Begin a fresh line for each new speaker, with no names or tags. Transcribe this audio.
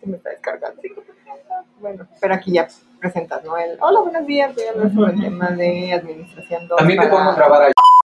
se me está descargando. Bueno, pero aquí ya presentas, ¿no? El, hola, buenos días, voy a hablar sobre el tema de administración. 2
También te
para-
podemos grabar ahí.